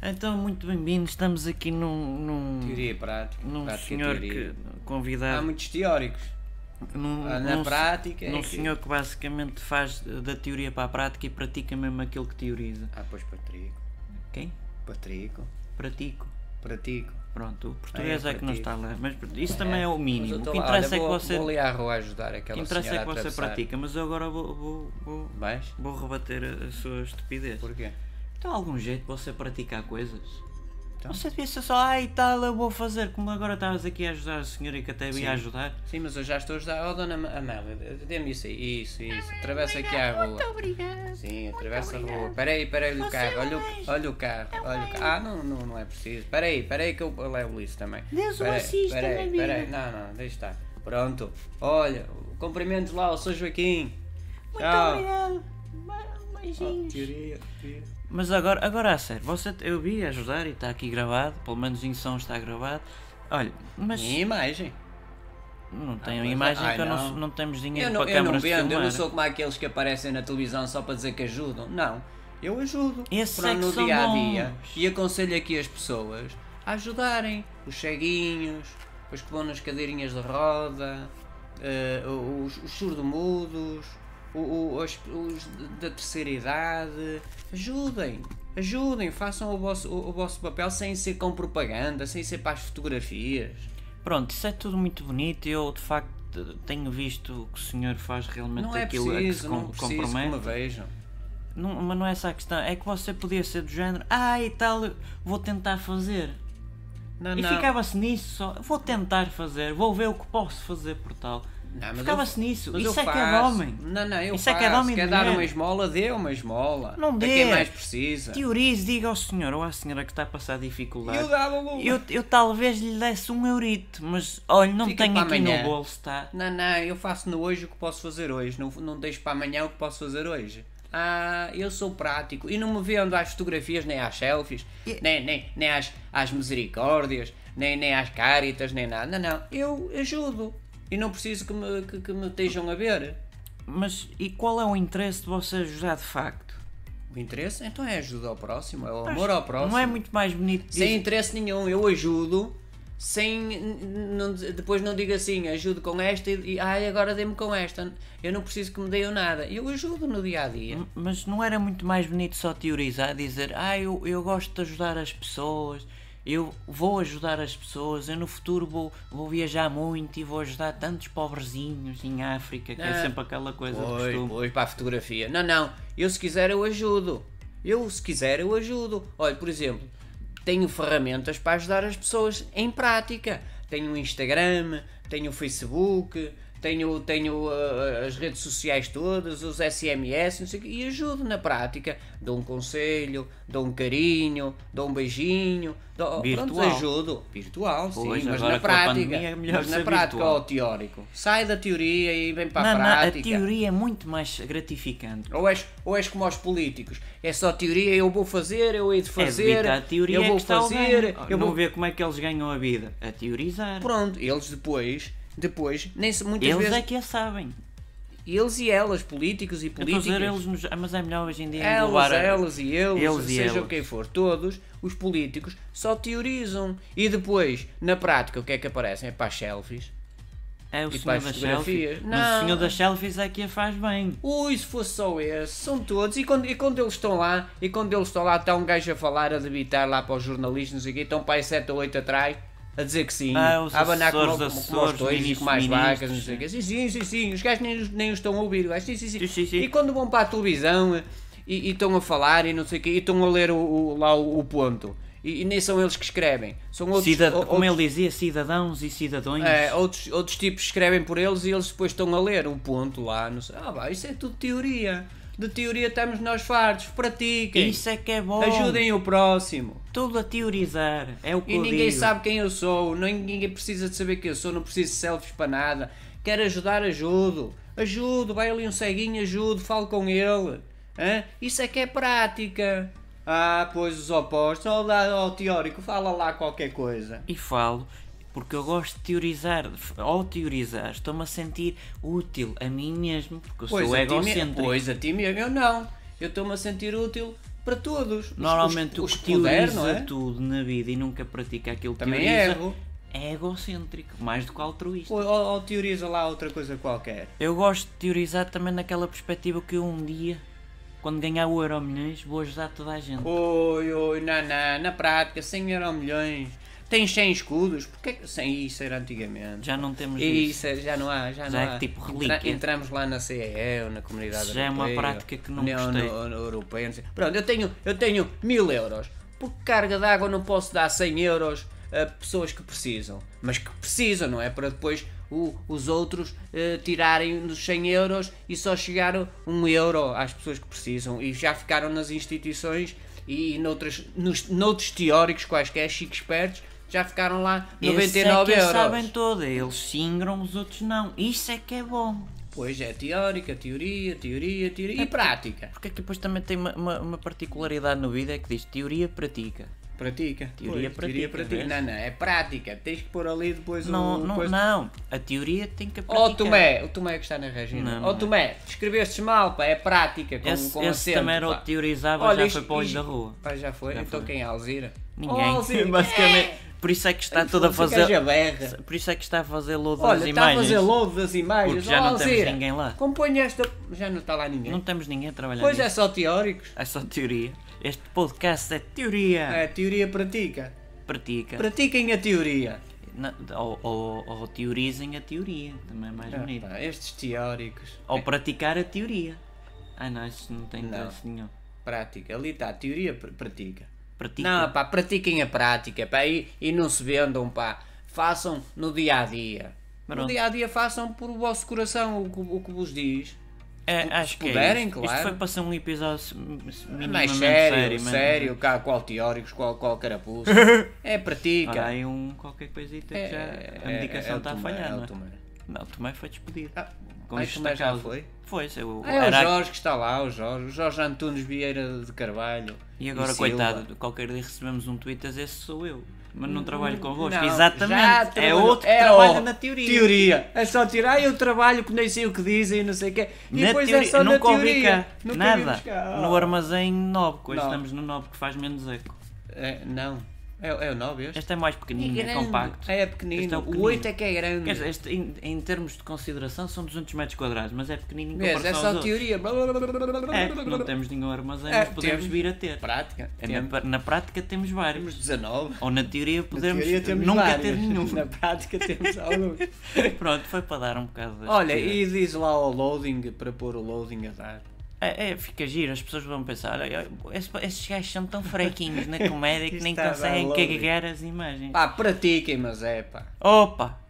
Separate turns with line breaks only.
Então, muito bem-vindos. Estamos aqui num. num
Teoria e prática.
num
prática e
Hum. Um senhor
teoria.
que,
Há
convidado.
muitos teóricos.
num,
Ah, Na
num-
prática. é
num
que-
senhor que basicamente faz da teoria para a prática e pratica mesmo aquilo que teoriza.
Ah, pois Patrico.
Quem?
Patrico.
Pratico.
Pratico.
Pronto, o português
Ah,
é,
é
que não
pratico.
está lá. Mas pronto, isso também é, o mínimo.
Mas eu
O
tô
que
lá-
interessa
olha,
é que
vou,
você.
Vou ali à rua ajudar
o que
aquela
interessa
senhora
é que
a
você
atravessar.
pratica, mas eu agora vou, vou, vou,
Vais?
vou rebater a, a sua estupidez.
Porquê?
Então há algum jeito de você praticar coisas?
Então.
Você devia ser só, ai tal, eu vou fazer, como agora estavas aqui a ajudar a senhora e que até me ia ajudar.
Sim, mas eu já estou a ajudar. Oh, dona Ma- Amélia, dê-me isso aí. Isso, isso. Atravessa aqui a rua.
Muito obrigado.
Sim, atravessa a rua. Peraí, peraí, olha o
Você é um
carro. Olha
vai.
o, olha o carro.
É um
Olha o carro. Ah, não, não, não é preciso. Peraí, peraí que eu levo isso também.
Deus o
Peraí,
assista,
peraí,
meu amigo.
peraí. Não, não, deixa estar. Pronto. Olha, cumprimentos lá ao Sr. Joaquim.
Muito
Tchau.
obrigado. Ba- Beijinhos.
Teoria, teoria.
Ah, Mas agora, agora a sério, você, eu vi ajudar e está aqui gravado, pelo menos em som está gravado. Olha, mas
Minha imagem.
não tenho
Ah, mas-
imagem
ai,
que eu não,
não.
não. temos dinheiro
Eu não,
para
eu não
câmaras de
vendo, eu
filmar.
não sou como aqueles que aparecem na televisão só para dizer que ajudam. Não, eu ajudo.
Esses
Para
é que
no
são
dia a dia.
bons.
E aconselho aqui as pessoas a ajudarem os ceguinhos, os que vão nas cadeirinhas de roda, eh, os, os surdomudos, o- o- os, os da terceira idade. Ajudem, ajudem, façam o vosso, o- o vosso papel sem ser com propaganda, sem ser para as fotografias.
Pronto, isso é tudo muito bonito e eu de facto tenho visto que o senhor faz realmente
Não é
aquilo a que se
preciso,
com-
não preciso que
compromete.
me vejam.
Não, mas não é essa a questão, é que você podia ser do género, ah e tal, eu vou tentar fazer.
Não,
E
não.
ficava-se nisso só, vou tentar fazer, vou ver o que posso fazer por tal.
Não, Ah, mas
Ficava-se
eu-
nisso,
mas
isso
eu
é que é de
faço.
homem.
Não, não, eu
Isso é
faço.
que é de homem
Quer
de
dar
mulher.
uma esmola, dê uma esmola.
Não
A
dê.
quem mais precisa.
Teorize, diga ao senhor ou à senhora que está a passar dificuldade.
Eu dava uma...
Eu, eu talvez lhe desse um eurito, mas olha, não
Fica
tenho
para
aqui
amanhã.
no bolso, tá? está?
Não, não, eu faço no hoje o que posso fazer hoje. Não, não deixo para amanhã o que posso fazer hoje. Ah, eu sou prático. E não me vendo às fotografias, nem às selfies, nem, nem, nem às, às misericórdias, nem, nem às caritas, nem nada. Não, não, eu ajudo. E não preciso que me, que, que me estejam a ver.
Mas e qual é o interesse de você ajudar de facto?
O interesse, então, é ajudar ao próximo, é o amor ao próximo.
Não é muito mais bonito
sem
dizer.
interesse nenhum, eu ajudo, sem. n- não- depois não digo assim, ajudo com esta e, e, ai, agora dê-me com esta. Eu não preciso que me deem nada. Eu ajudo no dia a dia.
Mas não era muito mais bonito só teorizar, dizer, ah, eu, eu gosto de ajudar as pessoas, eu vou ajudar as pessoas, eu no futuro vou, vou viajar muito e vou ajudar tantos pobrezinhos em África, que é
Ah,
sempre aquela coisa de
Pois,
costume.
pois, para a fotografia. Não, não, eu se quiser eu ajudo. Eu se quiser eu ajudo. Olha, por exemplo, tenho ferramentas para ajudar as pessoas em prática. Tenho o Instagram, tenho o Facebook, tenho, tenho ah, as redes sociais todas, os SMS, não sei o quê, e ajudo na prática. Dou um conselho, dou um carinho, dou um beijinho, dou,
Virtual.
pronto, ajudo. Virtual,
Pois,
sim, mas
agora
na
com a
prática,
pandemia é melhor
mas na
ser
prática
virtual.
ao teórico. Sai da teoria e vem para a
Não, não, a
prática.
teoria é muito mais gratificante.
Ou és, ou és como aos políticos, é só teoria, eu vou fazer, eu hei de
é
fazer,
evitar a teoria
eu
é
vou
que está o
fazer,
ganho.
eu
não
vou...
ver como é que eles ganham a vida. A teorizar.
Pronto, eles depois, depois, nem se muitas
Eles
vezes,
é que a sabem.
eles e elas, políticos e
Eu estou a
políticas,
dizer eles nos- ah, Mas é melhor hoje em dia
elas,
englobar a-
elas e eles,
eles e
seja
elas.
quem for, todos, os políticos, só teorizam. E depois, na prática, o que é que aparecem? É para as selfies.
É o
e
senhor
para as
das
fotografias.
selfies. Mas o
Não.
senhor das selfies é que a faz bem.
Ui, se fosse só esse, são todos. E quando, e quando eles estão lá, e quando eles estão lá, está um gajo a falar, a debitar lá para os jornalistas, não sei o quê, estão para aí 7 ou 8 atrás, a dizer que sim,
Ah, os
a abanar como,
assessores,
como, como
assessores,
os dois e
ministros,
com mais vacas, não
ministros,
sei o quê. Sim, sim, sim, sim, os gajos nem, os- nem os estão a ouvir. o gajo, sim, sim, sim.
Sim, sim, sim.
E quando vão para a televisão e e estão a falar e não sei o quê, e estão a ler o, o- lá o, o ponto. E, e nem são eles que escrevem, são outros,
Cidad-
ou-
Como
outros-
ele dizia, cidadãos e cidadões.
é, outros, outros tipos escrevem por eles e eles depois estão a ler o ponto lá. Não sei. Ah, pá, isso é tudo teoria. De teoria estamos nós fartos. Pratiquem.
Isso é que é bom.
Ajudem o próximo.
Tudo a teorizar. É o que
E
eu
ninguém
digo.
sabe quem eu sou. nem- Ninguém precisa de saber quem eu sou. Não preciso de selfies para nada. Quero ajudar, ajudo. Ajudo. Vai ali um ceguinho, ajudo. Falo com ele. Hã? Isso é que é prática. Ah, pois os opostos. Ó, lá, ó, teórico, fala lá qualquer coisa.
e falo porque eu gosto de teorizar. Ao teorizar, estou-me a sentir útil a mim mesmo, porque eu sou
a ti me-
egocêntrico.
Pois a ti mesmo, eu não. Eu estou-me a sentir útil para todos. Os-
Normalmente
os,
o
os
que
puder, não
teoriza
é?
tudo na vida e nunca pratica aquilo que
Também
teoriza
erro.
é egocêntrico, mais do que altruísta.
Ou, ou- ou teoriza lá outra coisa qualquer.
Eu gosto de teorizar também naquela perspectiva que eu um dia, quando ganhar o Euro Milhões, vou ajudar toda a gente.
Oi, oi, naná, na prática, 100 euro milhões. Tens 100 escudos? Porquê que 100 isso era antigamente?
Já não temos isso.
Isso, já não há, já, não
Já é
há.
tipo relíquia.
entramos lá na CEE ou na comunidade
Isso já é uma
Europeia,
prática que não
União
gostei.
No, no, europeia, não sei. Pronto, eu tenho, eu tenho mil euros. Por que carga d'água não posso dar 100 euros a pessoas que precisam? Mas que precisam, não é? Para depois o- os outros eh, tirarem dos 100 euros e só chegar um euro às pessoas que precisam. E já ficaram nas instituições e, noutras, nos, noutros teóricos quaisquer, chiques espertos, já ficaram lá
Esses é
99
que eles
euros.
sabem toda, eles singram, os outros não. Isso é que é bom.
Pois é, teórica, teoria, teoria,
É.
teoria e prática.
Porque aqui depois também tem uma, uma- uma particularidade no vida é que diz teoria pratica.
Pratica.
Teoria,
Pois, teoria,
pratica, vês?
Não, não, é prática. Tens que pôr ali depois
Não,
o...
não, é
coisa.
não. A teoria tem que
Ó
praticar.
Tomé, o Tomé que está na
Não,
Regina. Ó
não é.
Tomé, escreveste mal, pá, é prática, com,
Esse,
com
esse
acento,
também era
pá.
o que teorizava,
Olha,
já
isto-
foi para o olho
isto-
da rua.
Pá, já foi?
Já
então
foi.
quem é a Alzira?
Ninguém.
Oh, Alzira,
Basicamente, por isso é que está toda a fazer.
Seja berra.
Por isso é que está a fazer load das
Olha, está a
imagens.
fazer load das imagens.
Porque já
Ó,
não temos
Alzira,
ninguém lá.
Compõe esta... Já não está lá ninguém.
Não temos ninguém a trabalhar
Pois é
nisso.
só teóricos.
É só teoria. Este podcast é teoria.
É, teoria pratica.
Pratica.
Pratiquem a teoria.
Na- ou, ou- ou teorizem a teoria. Também é mais
Ah,
bonito.
pá, estes teóricos.
Ou praticar a teoria. Ai não, isso não tem
Não.
interesse nenhum.
Prática. Ali está, teoria pr- pratica.
Pratica.
Não, pá, pratiquem a prática, pá, e, e não se vendam, pá. Façam no dia a dia. No
Pronto.
dia a dia façam por o vosso coração o, que- o que vos diz.
É,
se
acho que
puderem,
é isso.
claro.
Isto foi para ser um episódio se- se-
Mais
minimamente
é sério, sério,
mas-
cá qual teóricos, qual, qual carapuço. é
Ora,
pratica. É,
aí um qualquer coisita que já a medicação está a falhar, não é? Não, o Tomé foi despedido.
Ah,
Com
ai,
isto
Tomé já
acaba.
foi?
Foi, se eu,
Ah, é o Jorge que está lá, o Jorge, o Jorge Antunes Vieira de Carvalho.
E agora,
Silva.
coitado, qualquer dia recebemos um tweet a dizer "Esse sou eu, mas não trabalho convosco.
Hum, Não, já
Exatamente, é
trabalhou-
outro que
é
trabalha
outro.
na teoria.
Teoria. É só tirar, eu trabalho que nem sei o que dizem e não sei o quê. E
Na
depois
teoria,
é só na
nunca ouvi
teoria.
cá,
Nunca ouvi
nada.
buscar. Oh.
No armazém 9, hoje
Não.
estamos no 9 que faz menos eco.
É, não. É, é o 9 este?
Este é mais pequenino, é, compacto.
É pequenino.
Este é o
o 8 é que é grande.
Quer dizer, este, em, em termos de consideração são 200 metros quadrados, mas é pequenino em
Vês,
comparação
é
aos
só
outros.
teoria. Blá, blá, blá, blá, blá, blá,
É,
blá,
não
blá.
temos nenhum armazém,
É,
mas podemos
temos.
vir a ter.
Prática.
É,
Temos-
na, na prática temos vários.
Temos 19.
Ou na teoria
Na
podemos
teoria temos
nunca
vários.
ter nenhum.
Na prática temos alguns.
Pronto, foi para dar um bocado de.
Olha, e diz lá o loading para pôr o loading a dar.
É, é, fica giro, as pessoas vão pensar, "Olha, esse- esses gajos são tão fraquinhos na comédia que
Isto
nem
está a dar
conseguem
loading.
carregar as imagens.
Pá, pratiquem, mas é pá.
Opa!